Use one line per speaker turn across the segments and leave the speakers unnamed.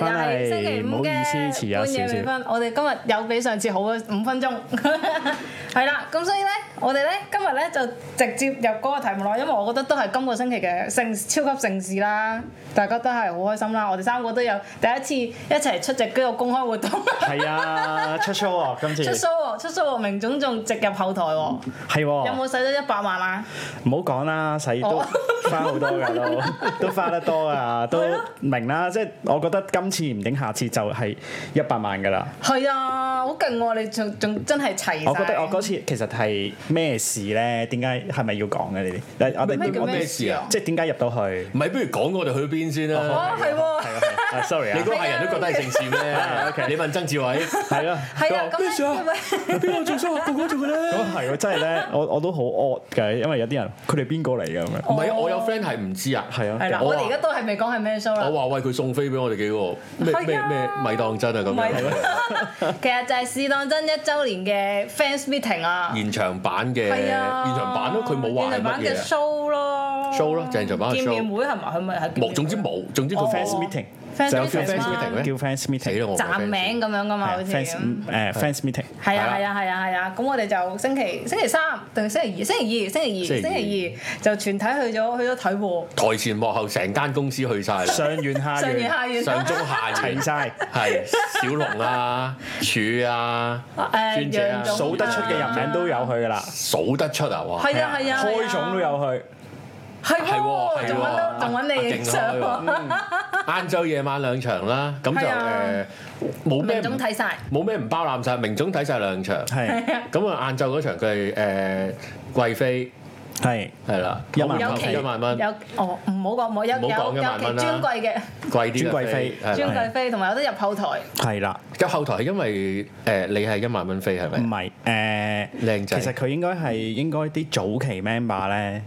係
星期
唔
五
好意思
嘅
遲咗
半夜
少
微
少
分，我哋今日有比上次好咗五分鐘， 係啦。咁所以咧，我哋咧今日咧就直接入嗰個題目咯，因為我覺得都係今個星期嘅盛超級盛事啦，大家都係好開心啦。我哋三個都有第一次一齊出席呢個公開活 動，
係啊，出 show 啊，今次
出 show 喎，出 show 喎，明總仲直入後台
哦
喎，
係
有
喎，
冇使咗一百萬啊？
唔好講啦，使都
哦
花好多 㗎都，都花得多啊，都明啦，即係我覺得今次唔定下次就係一百萬㗎啦。
係啊，好勁喎！你仲仲真係齊晒
我覺得我嗰次其實係咩事咧？點解係咪要講嘅呢啲？但係我
咩
哋
叫
我
咩
哋
事啊？
即係點解入到去？
唔係，不如講我哋去邊先啦。
哦，係喎。
啊，sorry
你
啊
嗰，個係人都覺得係正事 咩
OK
你問曾志偉，
係咯。
係 啊，咁哦
咩事啊
咧，
邊個做數 啊？個個做嘅咧。
咁係喎，真係咧，我我都好 odd 嘅，因為有啲人佢哋邊個嚟嘅咁樣，
唔係啊，我有 friend 係唔知啊。
係啊
係啦，
我
我
話
哋而家都係未講係咩 show 啦
我。話喂，佢送飛俾我哋幾個，咩
係啊
咩咩咪當真啊咁
唔係
樣。，
其實就係試當真一週年嘅 fans meeting 啊，
現場版嘅現
係啊，
場版咯，佢冇話
現
係
場
乜
版嘅
嘢啊。
show 咯
show 咯現場版嘅 show
見面會係咪？佢咪係
冇，總之啊冇，總之佢
哦
fans
fans
meeting
fans
就有
meeting
叫 fans
啦
meeting 叫 fans
死
meeting
啦我冇 fans
站名咁樣噶嘛，好似
係啊
咁。
fans 誒 fans meeting
係啊係
嗯係
啊係啊係啊！咁我哋就星期星期三定星期二星期二星期二
星期二
星期二就全體去咗去咗睇喎，
台前幕後成間公司去晒啦，
上完下
上完
完
下完
上中下
齊
完
晒，
係小龍啊、柱啊、
誒
專姐啊
楊總啊
數得出嘅人名都有去噶啦，
數得出啊！哇，
係啊係啊，係
開
啊
種都，有去，
係
係喎
喎，哦
係
仲揾到
喎
仲揾你影相
啊勁
喎，
開 喎晏晝夜晚兩場啦，咁就
係啊
誒冇
明
咩唔
總睇晒。
冇咩唔包攬晒，明總睇晒兩場，
係
咁啊晏晝嗰場佢係誒貴妃
係
係啦，
一萬蚊
有
我唔
期
夠一萬蚊
有哦，唔好講冇有有
唔好講一
有
萬
期
蚊啦
尊貴嘅
貴啲嘅
尊貴妃
係啦
尊貴飛，同埋有得入後台。
係啦，
入後台係因為誒你係一萬蚊飛係
唔
咪？
係誒，
靚
其實
仔
佢應該係應該啲早期 member 咧，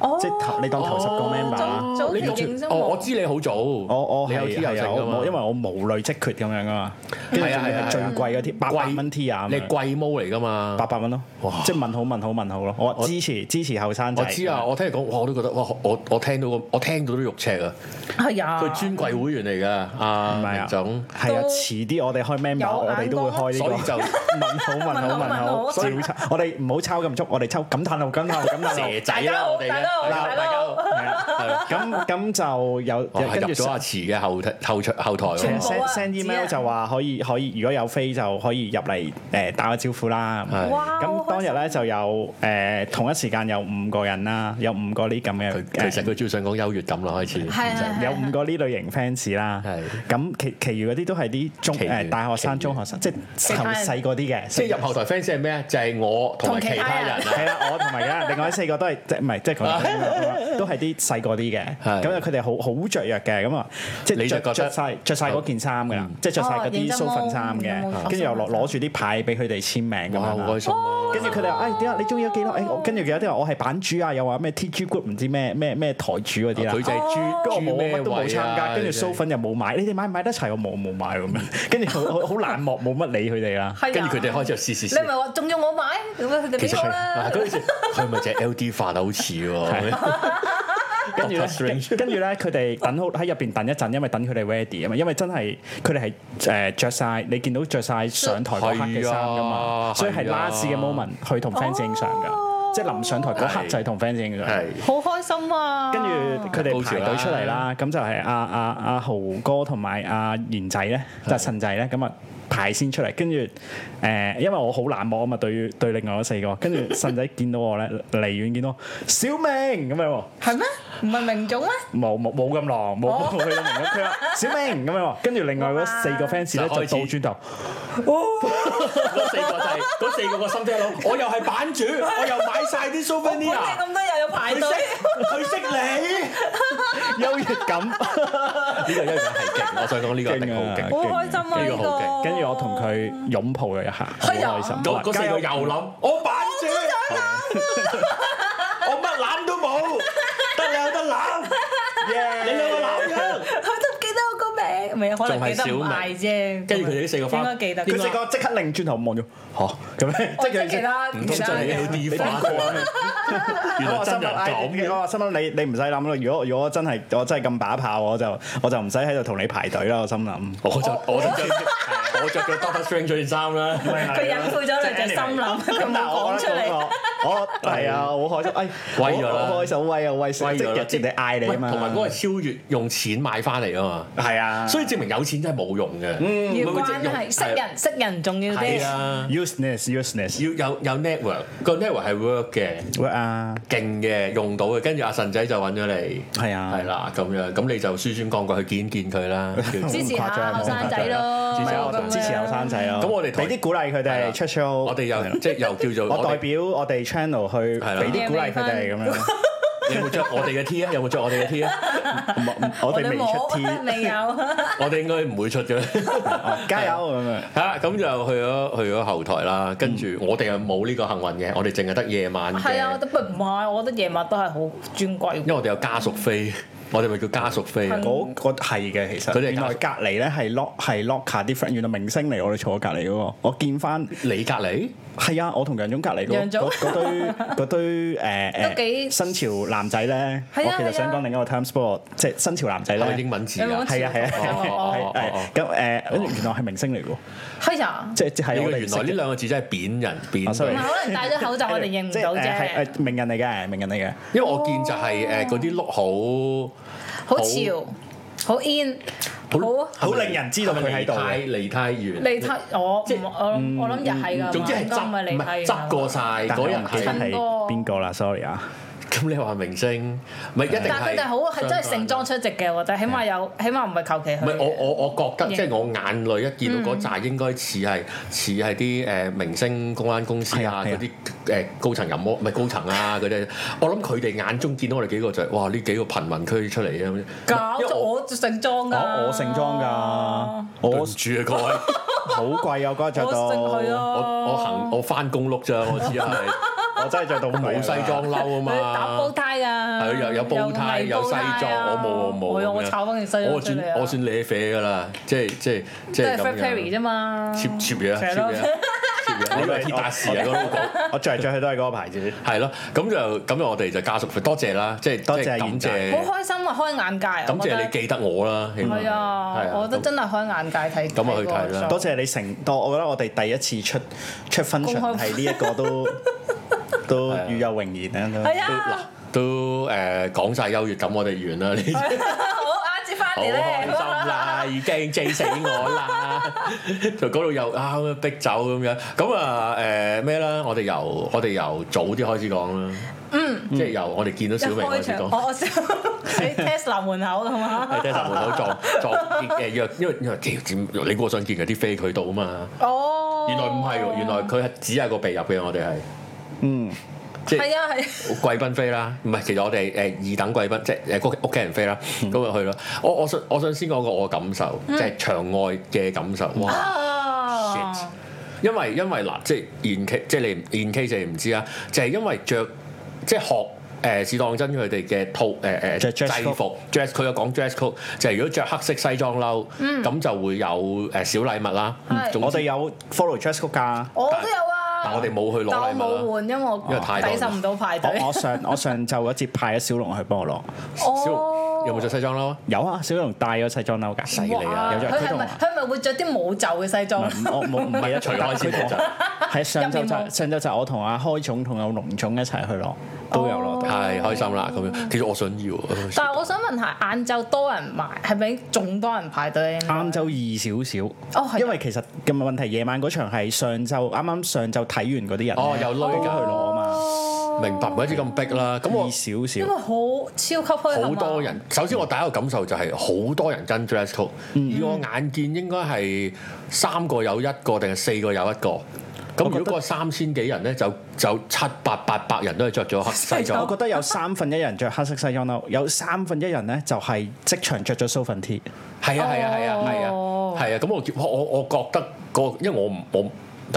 哦
即係頭你當頭十個 member 啊啦。
早早期
你
競爭
哦，我知你好早，
我我
你有 T
係
有
係啊
成
我
噶嘛
我，因為我無累積缺咁樣噶嘛，跟住
係
仲
啊係啊係
要
啊
最貴嗰啲八百蚊 T 啊咁
你
樣，
貴毛嚟噶嘛
八？百蚊咯
哇，
即係問好問好問好咯，我話支持支持後生仔。
我知啊，我聽你講，哇我都覺得哇，我我聽到個我聽到都肉赤啊！
係啊，
佢專櫃會員嚟
唔係
㗎，阿
啊
明，總，
係啊，
都
遲啲我哋開 member，我哋啊都會開呢個。
所以就
問好 問好問好，
所以
照抄我哋唔好抄咁足，我哋抽感嘆號感嘆號感嘆
蛇仔啦，我 哋
大
咧，
家好
係啦
大家好
好
號。咁咁就有
我哦係
跟
入
住
咗啊阿慈嘅後後場後台
全部
喎，
send
啊
send
知
email
啊
就話可以可以，如果有飛就可以入嚟誒打個招呼啦。
係
哇！
咁當日咧就有誒同一時間有五個人啦，有五個呢咁嘅
佢佢其實佢最想講優越感啦，開始
係係係
有五個呢類型 fans 啦
啊係，
咁其其餘嗰啲都係啲中
其餘
誒大學生、
其餘
中學生，即係後
他人
細個啲嘅，
即係入後台 fans 係咩啊？就係我同
同
埋其
其他
他人
人
啊，
係啦，我同埋其他人，另外四個都係即係唔 係即係講緊啊都係啲細個啲嘅，
係
咁啊佢哋好好著約嘅，咁啊即
你
係
就
著
覺得嗯
著曬著曬嗰件衫㗎啦，即係著曬嗰
哦認
啲
真
蘇粉衫
冇冇
嘅，
冇
跟住又
哦蘇
攞
粉衫
攞住啲牌俾佢哋簽名咁
哇，好
樣
開
啦。
心啊！
跟住佢哋話：，誒點啊？你中意咗幾耐？誒，我跟住有啲話我係版主啊，又話咩 TG group 唔知咩咩咩台主嗰啲啦。
佢就係豬
跟住
豬
我冇
咩
乜都冇
位
參
啊？
加，跟住
你真係
蘇粉又冇買，你哋買唔買得齊？我冇冇買咁樣，跟住好好好冷漠，冇乜理佢哋啦。
係啊
跟住佢哋開始試試
你
試啊
唔。係話仲要我買咁樣佢哋
其實
邊個
佢嗱
啦？
嗰陣時，佢咪就係 LD 化得好似喎，
跟住
Doctor Strange
咧， 跟住咧，佢哋等好喺入邊等一陣，因為等佢哋 ready 啊嘛，因為真係佢哋係誒著晒，你見到着晒上台嗰刻嘅哦衫噶
係
嘛，
啊
所以係
係啊
last 嘅 moment 去同 fans 影相噶，即係臨上台嗰刻
係
就係同 fans 影相。
係
好開心啊！
跟住佢哋排隊出嚟啦，咁就係阿阿阿豪哥同埋阿賢仔咧， 就係神仔咧，咁啊排先出嚟。跟住誒，因為我好冷漠啊嘛，對於對另外嗰四個，跟住神仔見到我咧，離遠見到小明咁樣喎。
係咩？唔係明總咩？
冇冇冇咁狼，冇
哦
冇去到明咁。佢話小明咁樣喎，跟住另外嗰四個 fans 咧就
就開始
倒轉頭，
嗰四個就係嗰四個個心都係諗，我又係版主，我又買晒啲
你
souvenir，
咁多又有排隊，
佢識 你，
優越感。
呢個一樣係勁，我想講呢個一定好
勁啊
勁。
好開心啊！
呢
呢
個好勁
個
跟住我同佢擁抱咗一下，好
係啊
開心。
嗰嗰四個又諗，我版主， 我乜攬都冇，得你有得攬，你兩個攬啦，
佢都記得我個名，唔咪可能記得唔
仲係小
嗌
明
啫。
跟住佢哋呢四個花
應該記得。
佢四個即刻擰轉頭望咗，嚇咁樣，
我啊哦即係其他
唔
其
通
他
真係 L D 化？原
哦
來
我心
真
諗，
人
唉
咁嘅。
我心諗你你唔使諗啦。如果如果真係我真係咁把炮，我就我就唔使喺度同你排隊啦。我心諗。
我就我就着我着嘅 Doctor Strange 嗰件衫啦，
佢隱晦咗你隻心諗，佢
咁
冇
但係我
講
覺
出
得嗰
嚟。
個我係啊，好開心，哎，
威咗啦
我我開心，好威啊，威死，
威
即
咗啦
係！人哋嗌你
喂
啊嘛，
同埋嗰個係超越用錢買翻嚟啊嘛。
係啊，嗯
所以證明有錢真係冇用嘅，
要
唔會
關
直用
係識人識人重要
係
啲。
啊，
useless useless
要有有 network，個 network 係 work 嘅，
喂啊，
勁嘅，用到嘅，跟住阿神仔就揾咗你，
係啊
係啦，咁樣，咁你就輸酸降過去見見佢啦，叫
支持下
咁誇張
後生仔咯，
唔
支持
係
下
我
咁樣
支持後生仔咯，
咁我哋同
俾啲鼓勵佢
係啦
哋出 show，
我哋又即係又 叫做
我代表我哋 channel 去
係啦
俾啲鼓勵佢哋咁樣，
你有冇着我哋嘅 T 啊？有冇着我哋嘅 T 啊？
我我
我哋
哋未 出 T，
哦
冇，未有。
我哋應該唔會出嘅。
哦加油咁樣，
係啊啦，咁就去咗去咗後台啦，跟住我哋又冇呢個幸運嘅，我哋淨係得夜晚嘅，
係啊，不過唔係，我覺得夜晚都係好尊貴
因為我哋有家屬飛，我哋咪叫家屬飛啊。
嗰個係嘅，其實
佢哋
原來隔離咧係 lock 係 lock 下啲 friend，原來明星嚟，我哋坐隔離嗰個，我見翻。
你隔離
係啊，我同楊總隔離嗰
楊總
嗰 嗰堆嗰堆誒
都
誒
幾
新潮男仔咧，我
係啊
其實想
係啊
講另一個 Times Sport，即係新潮男仔
係咪英
咧。
文字
有
啊
冇？
係啊係啊
哦哦
係
哦
係
哦
咁誒，原來係明星嚟喎，
係啊，
即係即係
因
我哋
為
唔
原
識
來呢
嘅
兩個字真係扁人
啊
扁
唔
，sorry
係可能戴咗口 罩，我哋認唔
即係
到
誒係
啫，
誒名人嚟嘅，名人嚟嘅，
因為我見就係誒嗰啲碌好
好潮，好 in，好啊
好令人知道佢喺度
太離太遠，
離太我唔我諗我諗又係㗎，
總之係
應該唔啊係
執唔
離太遠
係執過晒
但係
嗰
我唔
人
記得
係
係
係邊個啦，sorry 啊，
咁你話明星，咪一定係
但係佢哋好係真係盛裝出席嘅，我覺得起碼有，起碼唔係求其去。
唔係我我我覺得，
型
即係我眼淚一見
嗯
到嗰扎應該似係似係啲誒明星公關公司
係
啊
啊係
嗰
啊
啲誒高層人魔唔係高層 啊嗰啲，我諗佢哋眼中見到我哋幾個就係哇呢幾個貧民區出嚟嘅咁樣，
搞
因為
咗我盛裝㗎，
我我盛裝㗎，
對
我
唔住啊各位，
好貴啊，我嗰日着
我
到，
盛去
我
啊，
我我行我翻公碌咋，我只係
真係着到
冇
冇
西裝褸啊
佢哦打煲
嘛。
呔啊，
係有有煲呔，有西裝，我冇我冇咁樣。
我炒翻件西裝
我算我算你啡㗎啦，即係即係即
啊即
係
係
咁
Fred
樣
Perry。啫嘛，
切切嘢啊，切
係
嘢
咯
啊，切嘢啊！呢個係鐵達士啊，嗰個 logo
我着嚟着去都係嗰個牌子，
係咯，咁就咁我哋就家屬費多謝啦，即係
多謝
即係感
嚴
謝
好開心啊，開眼界啊，
感
我覺
謝
得
你記得我啦，起碼
係啊，我覺得真係開眼界睇
咁啊去睇啦
嗰個
多謝你成多，我覺得我哋第一次出出 function
公開
係呢一個 都都
係啊
與有榮焉啦。
係啊，
都誒講晒優越感，我哋完啦，呢 啲
我啱先翻
好
嚟
開心
咧。
啦，已經 J 死我啦，就嗰度又啊咁樣逼走咁樣，咁啊誒咩啦？我哋由我哋由早啲開始講啦，嗯，即係由我哋見到小 明
開
開始
場，
講。
我我 喺 Tesla 門口係嘛？
係即係十門口撞撞誒約，因為因為屌點你估我想見嘅啲飛佢到啊嘛，
哦，
原來唔係喎，原來佢係只係個被入嘅，我哋係
嗯，
即係
係啊係，
貴賓飛啦，唔係其實我哋誒二等貴賓，即係誒屋屋企人飛啦，
嗯
咁啊去咯。我我想我想先講個我嘅感受，
嗯
即係場外嘅感受。哇！
啊
shit 因為因為嗱，即係 in case 即係你 in case 你唔知啦，啊就係因為着即係學。誒是當真佢哋嘅套誒誒
着 dress
制服 dress，佢有講 dress code，就係如果着黑色西裝褸，咁就會有誒小禮物啦。
嗯係
總之
我哋有 follow dress code 㗎。
我都有啊，
但我哋冇去攞
但
禮
我冇
物啦。
換，因為
因為
我
太多
抵受唔到排隊。
我我上 我上晝嗰節派咗小龍去幫我攞，
小
哦
龍有冇着西裝褸？
有啊，小龍帶咗西裝褸
犀
㗎。
利啊！
哇
有着
佢
佢
係
同
咪佢係咪會着啲冇袖嘅西裝？
啊唔我冇唔記得
除開先冇
就
就
係啊上晝
入面
就
冇
上晝就我同阿開總同阿龍總一齊去攞，
哦啊
都有攞到。
太開心啦咁樣。其實我想要，
但 係我想問下，晏晝多人買，係咪仲多人排隊？
啊
晏
哦係
晝二少少，
啊
因為其實嘅問題，夜晚嗰場係上晝啱啱上晝睇完嗰啲人
哦
咧
有女
都去
㗎，
攞啊嘛，
明白唔怪之咁逼啦。咁我
二少
哦因
少
為好超級墟冚啊
好多人，首先我第一個感受就係好多人跟 dress code，以我眼見應該係三個有一個定係四個有一個。
我
咁
覺得
如果嗰三千幾人咧，就就七八八百人都係着咗黑西
我
裝。
覺得有三分一人着黑色西裝褸，有三分一人咧就係即場着咗蘇粉 T。
係啊係啊係啊係啊
哦
係啊！咁我我我我覺得個，因為我唔我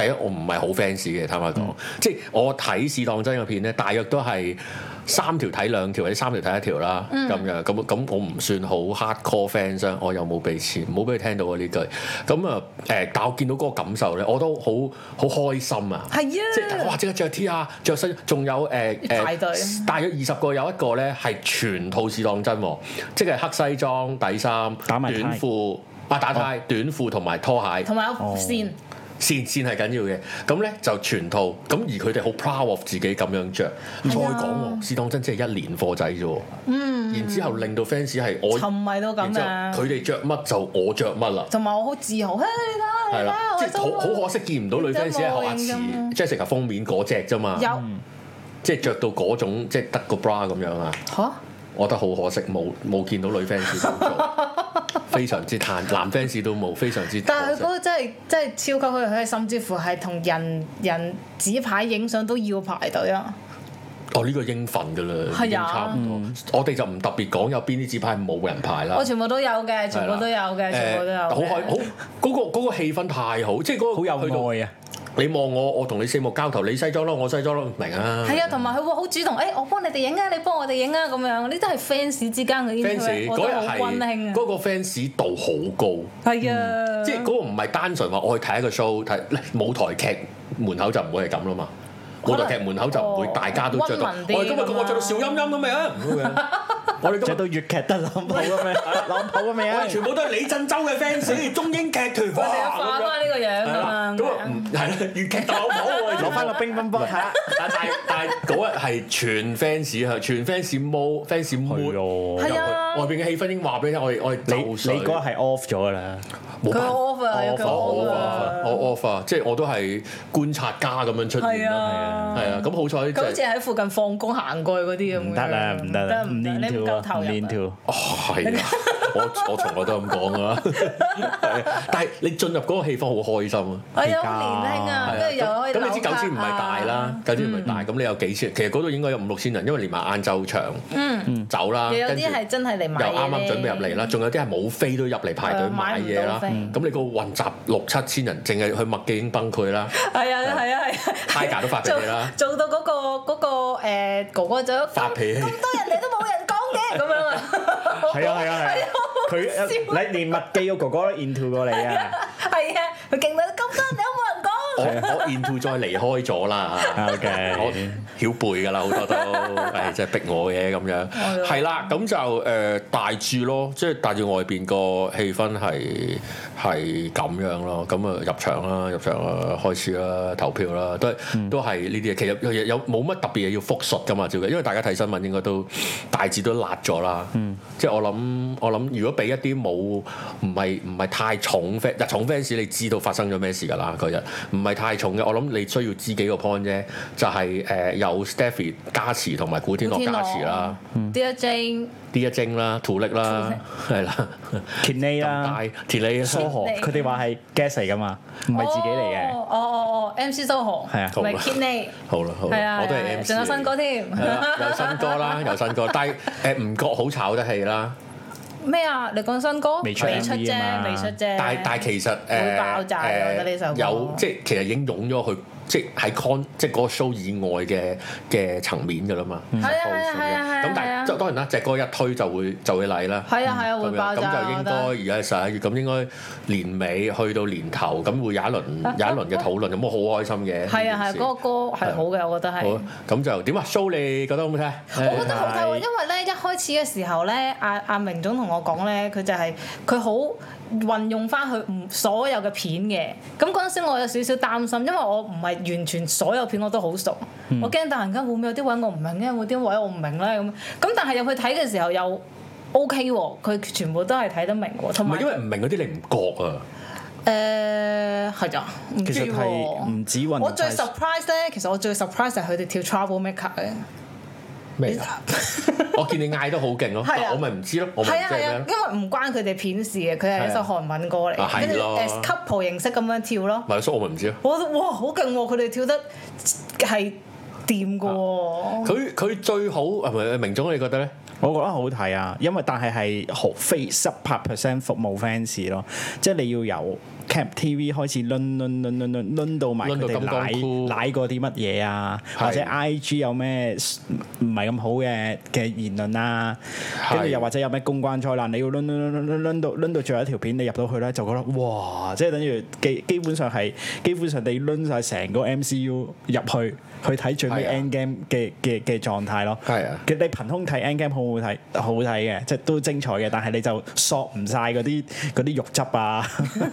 第一我唔係好 fans 嘅，坦白講，即係我睇試當真嘅片咧，大約都係三條睇兩條或者三條睇一條啦，咁、樣咁咁我唔算好 hardcore fans 啊，我又冇俾錢，唔好俾佢聽到我呢句。咁啊誒，但我見到嗰個感受咧，我都好好開心啊！
係
即係哇！
啊，
即刻着 T 啊，着西，仲有誒誒，
排隊
大約二十個有一個咧係全套試當真喎，即係黑西裝、底衫、
打埋呔
短褲啊、打呔、短褲同埋拖鞋，
同埋有
哦
線，
線線係緊要嘅。咁咧就全套，咁而佢哋好 proud of 自己咁樣着。再
係
講
啊嗯
喎，試當真即係一年貨仔啫喎，然之後令到 fans 係我，
沉迷到
然
咁啊
之後
樣。
佢哋着乜就我着乜啦。
同埋我好自豪，嘿你睇
係
你
啦，
睇，
即
啊我
係好好可惜見唔到女 fans 係學阿
真冇癮㗎
慈 Jessica 封面嗰只啫嘛。
有
即係着到嗰種即係得個 bra 咁樣啊！
嚇。
我覺得好可惜，冇冇見到女 fans 咁做， 非常之嘆，男 fans 都冇，非常之
但係佢
可惜
嗰個真係真係超級虛，佢甚至乎係同人人紙牌影相都要排隊啊！
哦，呢個應份㗎啦，
係啊
已經差唔多。我哋就唔特別講有邊啲紙牌冇人排啦
我。全部都有嘅，全部都有嘅，全部都有
啊誒
嘅。
好開好嗰個嗰個氣氛太好，即係嗰個去到
好有愛啊！
你望我，我同你四目交頭，你西裝咯，我西裝咯，明啊？
係啊，同埋佢會好主動，誒、我幫你哋影啊，你幫我哋影啊，咁樣呢啲係 fans 之間嘅
fans
interact，我覺
嗰
得
日
好
係
温馨啊
嗰！個 fans 度好高。
係啊，
即係嗰個唔係單純話我去睇一個 show 睇舞台劇門口就唔會係咁啦嘛。舞台劇門口就唔會
哦
大家都着到，哦
溫文啲
我哋今日咁我着到笑陰陰咁未啊？唔 會嘅我哋今
着
日
到粵劇得朗普咁樣，朗普咁
我哋全
樣，
部都係李振洲嘅 fans，中英劇團
我哋有化
哇咁樣
翻呢個樣
係
咁樣，
啦咁啊唔係啦，粵劇特朗普我哋
攞翻個乒乓波睇下。
但但但嗰日係全 fans 係全 fans 毛 fans 毛，
咯
係啊
外邊嘅氣氛已經話俾你聽，我哋我哋
你
就水
你嗰日係 off 咗㗎啦，
冇辦法
佢 off 啊佢
off
off
啊
啊
我 off 啊，即係我都係觀察家咁樣出現
係
啦。
啊，
係啊，咁好彩即
佢好似
係
喺附近放工行過去嗰啲咁樣。
啊唔得啦，唔得啦，唔
唔得你
into
唔夠投
啊，唔
入啊。
into。
哦係啊，我我從來都係咁講啊。 係啊但係你進入嗰個氣氛好開心啊！
哎呀，好年輕啊，跟住
係
又可
啊
以
咁咁你知
扭
九千唔係
卡啊嗯
大啦，，九千唔係大，咁你有幾千？其實嗰度應該有五六千人，因為連埋晏晝場
嗯
走啦，
又有
跟住
啲係真係嚟
又
買嘢
啱啱準備入嚟啦，仲有啲係冇飛都入嚟排隊
係啊
買
買唔
嘢啦。
到飛
咁你個混雜六七千人，淨係去麥記已經崩潰 啦。
係啊係啊係啊
Tiger 都發脾氣啦
做做到嗰個嗰個誒哥哥就
發脾氣
咁多人嚟都冇人講嘅咁樣啊，
係啊係啊係啊！
好
佢你連麥記個哥哥都 into 過你啊！
係啊，佢勁到咁多人都冇人
我
講，
我 into 再離開咗啦
啊 OK
我曉背㗎啦，好多都，誒即係逼我嘅咁樣，
係啊
係啦，咁就誒大住咯，即係大住外邊個氣氛係係咁樣咯，咁啊入場啦，入場啦，開始啦，投票啦，都係都係呢啲嘢，其實有有冇乜特別嘢要復述㗎嘛，照計，因為大家睇新聞應該都 大致都辣咗啦，即係我諗我諗，如果俾一啲冇唔係唔係太重 fans，嗱重 fans 你知道發生咗咩事㗎啦嗰日，唔係太重嘅，我諗你需要知幾個 point 啫，就係、誒、有 Stephy 加持同埋古天樂加持啦。
，Dear à? Jane，
啲一精啦，土力啦，係啦，
揭呢
大
啦，
鐵力啦，
蘇荷，
你
佢哋話係 guess 嚟噶嘛，唔係自己嚟嘅。
哦哦哦哦，MC 蘇豪，
係啊
唔係 Kidney，
好啦好
係
啦，
啊，
我都
係啊
係 MC，
仲有新歌
嚟
添，
嘅係啦有新歌啦，有新歌，但係誒吳國好炒得氣啦，
咩啊？你講新歌
未出
啫
MV 啊，嘛
未出啫，
但係但係其實誒
會爆炸嘅
誒
我覺得呢首歌
有即係其實已經湧咗去，即係喺 con 即係嗰個 show 以外嘅嘅層面㗎啦嘛，嗯
係啊係啊係啊係啊
咁但係即係當然啦，隻歌一推就會就會嚟啦。
係啊係啊，會
咁
爆
樣
炸，
咁就應該
我覺得
而家係十一月，咁應該年尾去到年頭，咁會有一 輪有一輪嘅討論，咁我好開心嘅。
係啊係啊，
呢件事
嗰個歌係好嘅，我覺得係
好。咁就點啊？show 你覺得好唔好睇？
我覺得好睇喎，因為咧一開始嘅時候咧，阿阿明總同我講咧，佢就係佢好運用翻佢唔所有嘅片嘅。咁嗰陣時我有少少擔心，因為我唔係完全所有片我都好熟，
嗯
我驚突然間會唔會有啲位我唔明咧，有冇啲位我唔明咧咁。咁但係入去睇嘅時候又哦 OK 喎，佢全部都係睇得明喎，同
唔
埋
係因為唔明嗰啲你唔覺啊，
誒係啊，唔
其
知
實係
喎。
唔止運
我最
太
surprise 咧，其實我最 surprise 係佢哋跳 Trouble Maker 嘅。
哎
咩啊？我見你嗌得好勁咯，
係啊
但我咪唔知咯，我咪
係
唔
啊
知係
係
咩
啊
咯，。
因為唔關佢哋片事嘅，佢係一首韓文歌
啊
嚟，
係
跟住
咯
誒 couple 形式咁樣跳咯。
咪所以我咪唔知咯。
我覺得哇好勁喎，佢哋跳得係掂嘅喎。
佢佢最好係咪明總？你覺得咧？
我覺得好睇啊，因為但係係好非十 percent 服務 fans 咯，即係你要有。 cap TV 開始攆攆攆攆攆攆到埋佢
攆到
哋
金剛
奶
箍
奶過啲乜嘢啊，
係
或者 IG 有咩唔係咁好嘅嘅言論啊，
係
跟住又或者有咩公關災難，你要攆攆攆攆攆到攆到最後一條片你入到去咧，就覺得哇！即係等於基基本上係基本上你攆晒成個 MCU 入去去睇最尾
係啊
end game 嘅嘅嘅狀態咯。
係啊
嘅你憑空睇 Endgame 好好睇，好好睇嘅，即係都精彩嘅。但係你就索唔晒嗰啲嗰啲肉汁啊， 嗰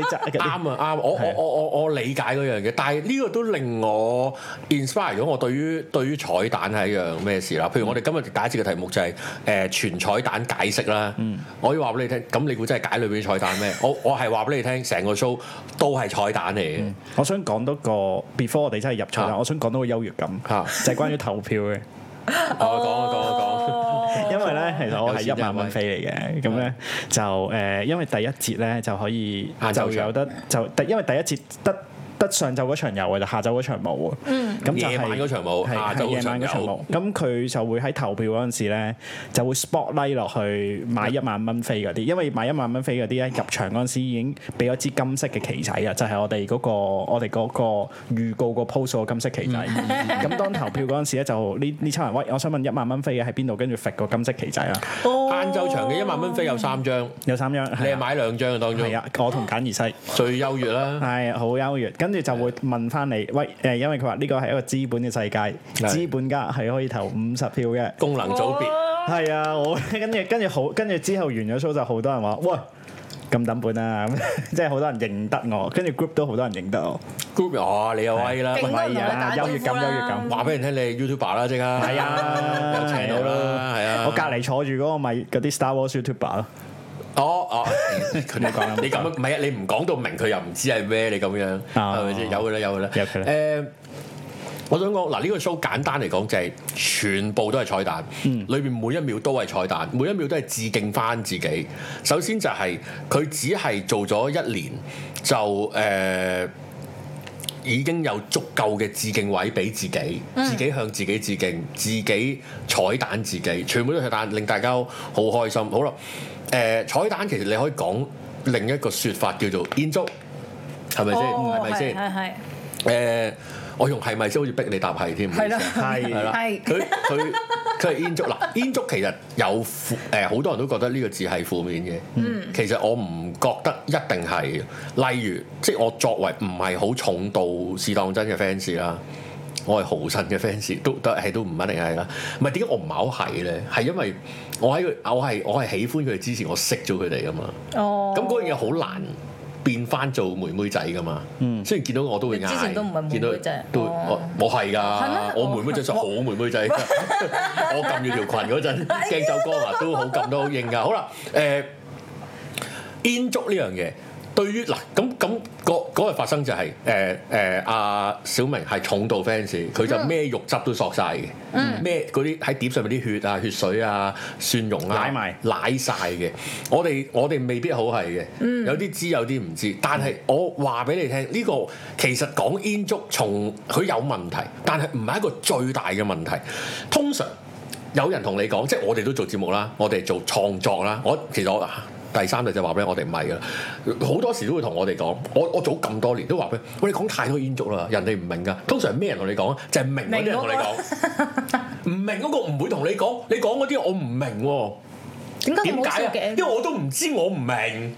啲汁。嗰啲
啱啊啱，我我我我我理解嗰樣嘢，但係呢個都令我 inspire 咗我對於對於彩蛋係一樣咩事啦。譬如我哋今日第一節嘅題目就係、誒、全彩蛋解釋啦。我要話俾你聽，咁你估真係解裏邊啲彩蛋咩？我我係話俾你聽，成個 show 都係彩蛋嚟嘅。
我想講多個 before 我哋真係入場啦，
啊
我想講多個優越感，
啊
就係關於投票嘅。
我講啊講啊講啊，
哦
因為咧，其實我係
有錢
一萬蚊
人啊
飛嚟嘅，咁咧就誒，因為第一節咧就可以
晏晝
就
場
有得就第，因為第一節得得上晝嗰場有嘅，就下晝嗰場冇啊。嗯，咁就係
夜晚嗰場冇
係
下晝
係夜晚
嗰
嗰場
場
冇
有。
咁佢就會喺投票嗰陣時咧，就會 spotlight 落去買一萬蚊飛嗰啲，因為買一萬蚊飛嗰啲咧入場嗰陣時已經俾咗支金色嘅旗仔啊，就係我哋嗰個我哋嗰個預告個 post 個金色旗仔。
嗯
咁當投票嗰陣時咧，就呢呢抽人喂，我想問一萬蚊飛嘅喺邊度，跟住揈個金色旗仔啦。
晏晝場嘅一萬蚊飛有三張，
有三張，
你
係
係
啊
買兩張嘅當中
係，啊，我同簡兒西。
最優越啦。
係好優越，跟住就會問翻你，喂誒，因為佢話呢個係一個資本嘅世界，
係
資本家係可以投五十票嘅。
功能組別
係啊，我跟住跟住好，跟住之後完咗 show 就好多人話，喂咁等本啊，咁即係好多人認得我，跟住 group 都好多人認得我，
group 哦，你又威 啦，
勁啊多人同你打招呼啦
優越感優越感
話俾人聽你係 YouTuber 啦，即刻啊係
係啊，
有斜到啦，係啊，
我隔離坐住嗰個咪嗰啲 Star Wars YouTuber 咯，
哦哦， 佢哋講你咁樣唔係啊，你唔講到明佢又唔知係咩，你咁樣係咪先？有嘅啦，啊有嘅啦，
有佢啦
誒。我想講嗱，呢個 show 簡單嚟講就係全部都係彩蛋，裏邊每一秒都係彩蛋，每一秒都係致敬翻自己。首先就係佢只係做咗一年就誒。已經有足夠嘅致敬位俾自己，
嗯
自己向自己致敬，自己彩蛋自己，全部都係彩蛋，令大家好開心。好啦，誒、彩蛋其實你可以講另一個説法叫做煙燭，係咪先？嗯係咪先？
哦係係
誒、我用係咪先好似逼你答係添？
係啦，
係
啦，
係
佢佢佢係煙燭嗱，煙燭其實有負誒，好多人都覺得呢個字係負面嘅。嗯，其實我唔覺得一定係。例如，即係我作為唔係好重度是當真嘅 fans 啦。我係豪神嘅 fans，都都係都唔一定係啦。唔係點解我唔係好係咧？係因為我喺佢，我係我係喜歡佢哋之前，我識咗佢哋噶嘛。
哦。
咁嗰樣嘢好難變翻做妹妹仔噶嘛。嗯，雖然見到我都會
你
嗌，
之前都唔係妹妹
見到
仔
都
哦
我我係
咩
㗎，我妹妹仔就好妹妹仔。 我撳住條裙嗰陣，
哎
鏡走光啊，都好撳都好應㗎。好啦，誒。煙燭呢樣嘢，對於嗱咁咁嗰嗰日發生就係誒誒阿小明係重度 fans，佢
嗯
就咩肉汁都索晒嘅，咩嗰啲喺碟上面啲血啊、血水啊、蒜蓉啊，
舐埋
舐晒嘅。我哋我哋未必好係嘅，有啲知有啲唔知，但係我話俾你聽，呢、個其實講煙燭從佢有問題，但係唔係一個最大嘅問題，通常。有人同你講，即係我哋都做節目啦，我哋做創作啦。我其實我啊第三日就話俾你我哋唔係噶啦，好多時都會同我哋講，我我做咁多年都話俾你，我哋講太多煙燭啦，人哋唔明噶。通常係咩人同你講啊？就係、明嗰啲人同你講，唔明嗰個唔會同你講，你講嗰啲我唔明喎、
點解你
點
冇
解
笑
啊？嗯
嘅？
因為我都唔知，我唔明。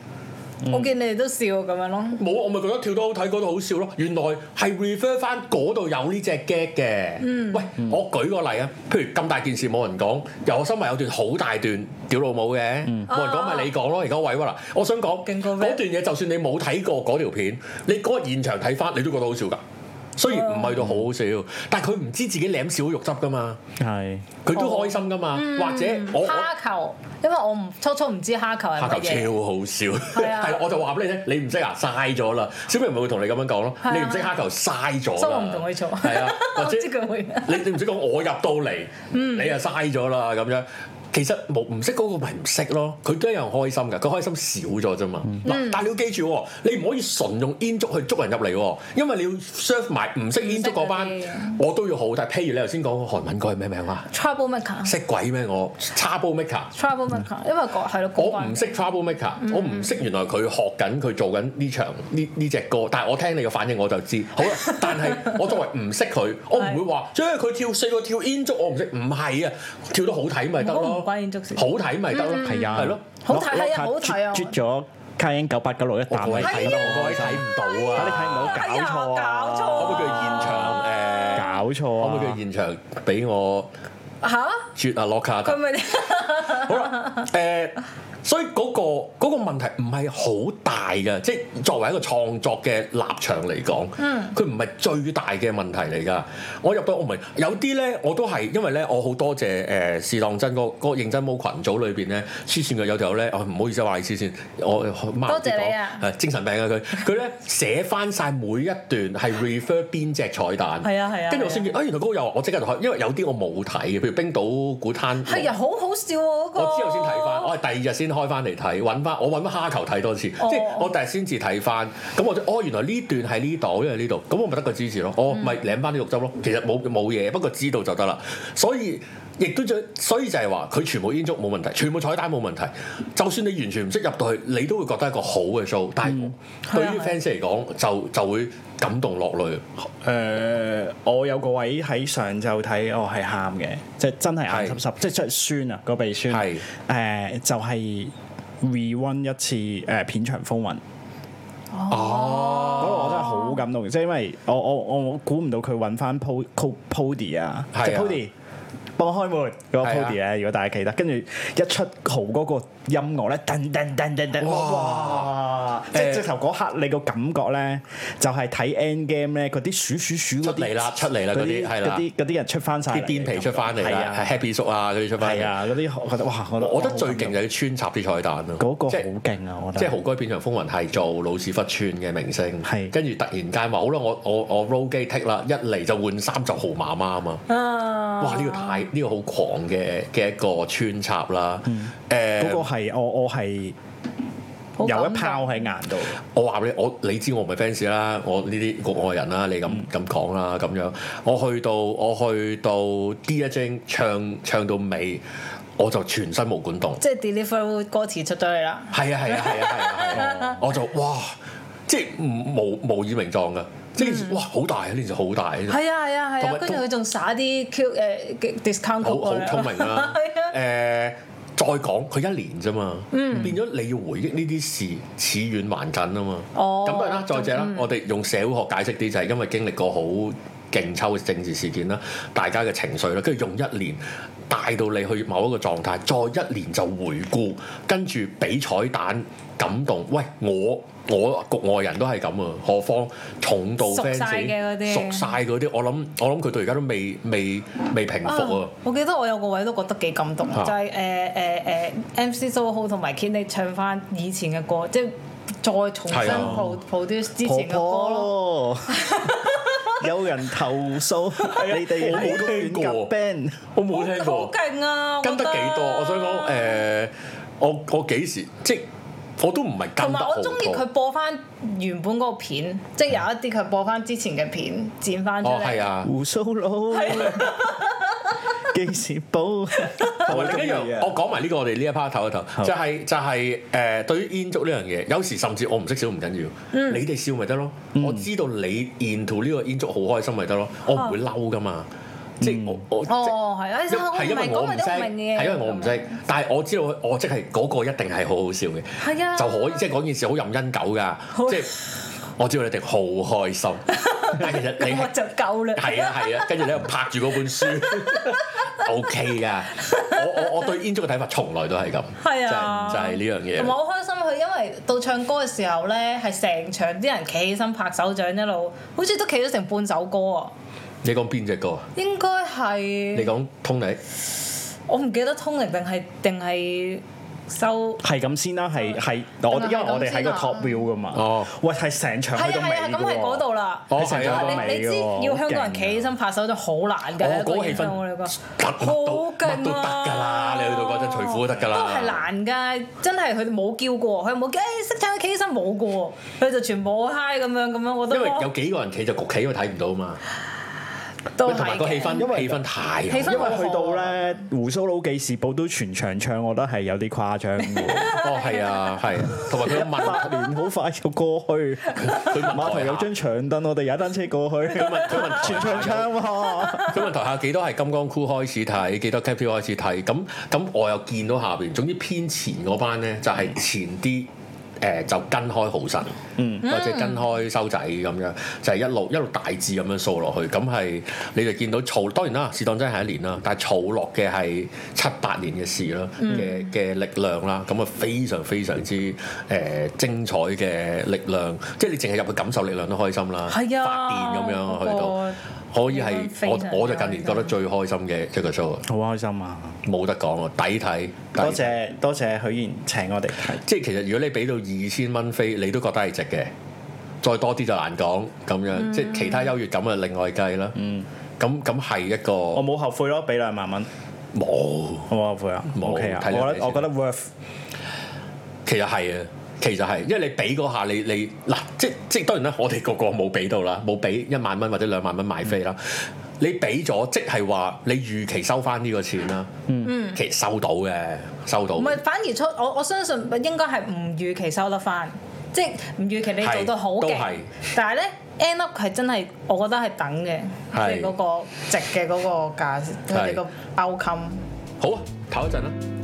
我見你哋都笑咁樣咯。
冇，我咪覺得跳得好睇，嗰度好笑咯。原來係 refer 翻嗰度有呢隻 gag 嘅。
嗯
喂，我舉個例啊，譬如咁大件事冇人講，由我心咪有段好大段屌老母嘅，冇、人講咪你講咯。而家委屈啦，我想講
勁
嗰
過
段
rap
嘢，就算你冇睇過嗰條片，你嗰日現場睇翻，你都覺得好笑㗎。雖
哦
然唔係到好好笑，但係佢唔知自己舐少肉汁㗎嘛，
係
佢都
哦
開心㗎
嗯
嘛。或者我我
蝦球，因為我唔初初唔知蝦球係
拍球
乜嘢。
超好笑，
係啊
係啦，我就話俾你聽，你唔識啊，嘥咗啦。小明咪會同你咁樣講咯
係啊，
你唔識蝦球嘥咗啦。
所以我唔同佢做
係啊，或
我
者
知佢會。嗯
你你唔識講我入到嚟，你又嘥咗啦咁樣。其實冇唔識嗰個咪唔識咯，佢都一樣開心㗎，佢開心少咗啫嘛。嗱、
嗯
但係你要記住喎，你唔可以純用煙燭去捉人入嚟喎，因為你要 serve 埋唔識煙燭嗰班
唔識嗰啲，
我都要好。但係譬如你頭先講韓文歌係咩名啊？
trouble maker。
識鬼咩我？Trouble maker。
trouble maker，因為個係咯，
我唔識 Trouble Maker，、我
嗯
唔識原來佢學緊佢做緊呢場呢呢只歌，但係我聽你嘅反應我就知。 好啦，但係我作為唔識佢，我唔會話，即係佢跳四個跳 in 足我唔識，唔係啊，跳得好睇咪得
唔好
咯，
唔關 in 足事嗯
好睇咪得咯，
係啊，
係咯，
好睇係啊
攞
好睇啊
啜啜咗卡英九八九六一
我
啖
各位
你
睇
睇
到，
到，
各位睇唔到
嚇你
哎
睇
啊，
唔到，搞錯
搞
啊！
可唔可以叫佢現場誒？
搞錯
可唔可以叫
啊
佢！現場俾我
嚇，
啜啊 lock 卡
佢咪
好啦，誒、所以嗰、個嗰、個問題唔係好大嘅，即係作為一個創作嘅立場嚟講，
嗯
佢唔係最大嘅問題嚟㗎。我入到我唔係有啲咧，我都係因為咧，我好多謝誒、呃、是當真嗰、嗰個認真冇群組裏邊咧，黐線嘅有條友咧，哦唔好意思話你黐線，我多
多謝你啊
精神病 啊佢，佢咧寫翻晒每一段係 refer 邊只彩蛋，
係啊係啊
跟住我先見，啊原來嗰個又話我即刻就開，因為有啲我冇睇嘅，譬如冰島古灘。
係啊，好好笑喎嗰個。
我之後先睇翻，我係第二日先開翻嚟睇，揾翻我揾翻蝦球睇多次，
哦
即係我第日先至睇翻。咁我就哦，原來呢段係呢度，因為呢度，咁我咪得個支持咯。
嗯
我咪舐翻啲肉汁咯。其實冇冇嘢，不過知道就得啦。所以亦都就所以就係話，佢全部煙燭冇問題，全部彩蛋冇問題。就算你完全唔識入到去，你都會覺得一個好嘅 show。但
嗯
係對於
係啊係
fans 嚟講，就就會感動落淚。
誒，哦呃我有個位喺上晝睇，我係喊嘅，即係真係眼濕濕，即係出酸啊，個鼻酸。
係
誒，就係 rerun 一次誒片場風雲。
哦
嗰個我真係好感動，即係因為我我我我估唔到佢揾翻 Po Co Pody 啊，
係啊
即係 Pody 幫我開門嗰個
係啊
Pody 咧，如果大家記得，跟住一出豪嗰個音樂咧，噔噔噔噔噔，哇！即係
誒
直頭嗰刻你個感覺咧，就係睇 End Game 咧嗰啲鼠鼠鼠嗰
出
啲
嚟啦出嚟啦嗰啲係啦
嗰啲嗰啲人出翻晒嚟
啊啲
嘅
邊皮
感
出
覺
翻嚟
係
啦
啊，
係，Happy 叔啊嗰啲出翻
係
嚟。
啊，嗰啲我覺得哇，我覺得
我覺得最勁
嘅
就係要穿插啲彩蛋咯，
嗰個
即
好
係
勁啊！我覺
即係
得
豪哥片場風雲係做老屎忽村嘅明星，
係
跟住突然間話好啦，我我我 roll 機剔啦，一嚟就換衫就豪媽媽啊嘛，
嗯
啊！
哇！呢、個太呢、個好狂嘅嘅一個穿插啦，誒
嗯嗰個係我我係
好感動
有一炮喺眼度。
我話俾你，我你知我唔係 fans 啦，我呢啲局外人啦，你
嗯
咁咁講啦，咁樣，我去到我去到 D 一精唱唱到尾，我就全身毛管動。
即係 deliver 歌詞出咗嚟啦。
係啊係啊係啊係啊係啊！我就哇，即係唔無無以名狀噶，即係呢件事哇好大啊！呢件事好大，
係啊係啊係
同埋
啊，跟住佢仲耍啲 Q 誒嘅 discount
好
code
好
過嚟啊
聰明 啦
係啊。嗯
誒，再講佢一年啫嘛，變咗你要回憶呢啲事，似遠還近啊嘛。
哦
咁當然啦，再者啦，我哋用社會學解釋啲就係因為經歷過好勁抽嘅政治事件啦，大家嘅情緒啦，跟住用一年帶到你去某一個狀態，再一年就回顧，跟住俾彩蛋感動。喂，我我局外人都係咁啊，何況重度
熟
fans
晒嘅嗰啲
熟晒嗰啲，我諗我諗佢到而家都未未未平復啊
啊！ 我記得我有個位都覺得幾感動，
啊
就係誒誒誒 MC Soho 同埋 Kenny 唱翻以前嘅歌，即係再重新
係啊
pro- produce 之
婆
前嘅歌
婆
咯。
咯。有人投訴你哋
啊我冇
亂
聽過
夾 band，
我冇
好
聽過，
勁啊！
跟得幾多？我想講誒、
誒，
我我幾時即係我都唔係
同
跟得
埋
好
我中意佢
多。
播翻原本嗰個片，即係有一啲佢播翻之前嘅片剪翻出
哦，係
嚟。
啊。
胡鬚佬，幾時補？
同
我
埋
中
另一
意
樣，
啊！
我講埋呢個我哋呢一 part 唞一唞，就係就係誒對於煙燭呢樣嘢，有時甚至我唔識笑唔緊
嗯
要，你哋笑咪得咯。
嗯
我知道你 into 呢個煙燭好開心咪得咯，我唔會嬲噶嘛。即係我我即
哦，係啊，
係因為我唔
咪
識，係因為我唔識，但係我知道我即係嗰個一定係好好笑嘅。
係啊，
就可以即係嗰件事好任恩狗噶，即係我知道你哋好開心，但係其實你
咁我
係
就夠啦。
係啊係啊，跟住你又拍住嗰本書，OK 噶。我我我對煙燭嘅睇法從來都係咁，
係啊
就係就係呢樣
同埋
嘢。
好開心，佢因為到唱歌嘅時候咧，係成場啲人企起身拍手掌一路，好似都企咗成半首歌啊！
你講邊只歌？
應該
嗯
你
係
講通力
我唔記得通靈定係定係
收。
係咁先啦，係係我
定係
因為我哋喺個
咁先啊
top view 噶嘛。
哦，
喂，係成場去
係
到
啊
尾
係啊，咁係
㗎
嗰度
喎。
啦。
哦
係成
係啊
場去到
你你
尾㗎
知
喎
要香港人企起
好勁啊
身拍手就好難㗎，
哦嗰個氣氛
我哋講
得乜
好
都乜
勁
都得
啊！
㗎啦，你去到嗰陣除褲都得㗎啦。
都係難㗎，真係佢哋冇叫過，佢冇叫，誒識唱企起身冇過，佢就全部嗨咁樣咁樣，我都
因為有幾個人企就焗企，因為睇唔到嘛。
都
喂同埋個氣
哦係嘅。
氛，
因為
氣氛太好
氣氛
因為去到咧，胡鬚佬記事報都全場唱，我覺得係有啲誇張嘅 喎。
哦，係啊，係啊，同埋佢問
八年好快就過去，碼頭
佢問啊台
有
下
張長凳，我哋踩單車過去，
佢問啊佢 問
全場唱喎。
佢問台下幾多係金剛箍開始睇，幾多 cap 開始睇，咁咁我又見到下邊，總之偏前嗰班咧就係、前啲。誒、就跟開豪神，
嗯
或者跟開收仔咁樣，就係、一路一路大致咁樣掃落去，咁係你就見到儲，當然啦，是當真係一年啦，但係儲落嘅係七八年嘅事啦，
嗯
嘅嘅力量啦，咁啊非常非常之誒、精彩嘅力量，即係你淨係入去感受力量都開心啦，
係啊
發電咁樣去
嗰個
到。可以係
非常
我我就近年覺得最開心嘅一個 show，啊
好開心啊！
冇得講啊，抵睇。抵睇
多。謝多謝許賢請我哋睇。
即係其實如果你俾到二千蚊飛，你都覺得係值嘅。再多啲就難講咁樣，
嗯
即係其他優越感啊，另外計啦。嗯。咁咁係一個
我冇後悔咯，俾兩萬蚊，
冇，
我冇後悔啊
冇
，OK 啊，
睇
我覺
兩睇
得
先
我覺得 worth。
其實係啊。其實係，因為你俾嗰下你你嗱，即即當然啦，我哋個個冇俾到啦，冇俾一萬蚊或者兩萬蚊買飛啦。你俾咗，即係話你預期收翻呢個錢啦。嗯，其實收到嘅，收到
唔。係，反而出我我相信應該係唔預期收得翻，即係唔預期你做到好
係都
勁
係，
但係咧 end up 係真係我覺得係等嘅，即
係
係嗰個值嘅嗰個價，佢哋個 outcome。
好啊，唞一陣啦。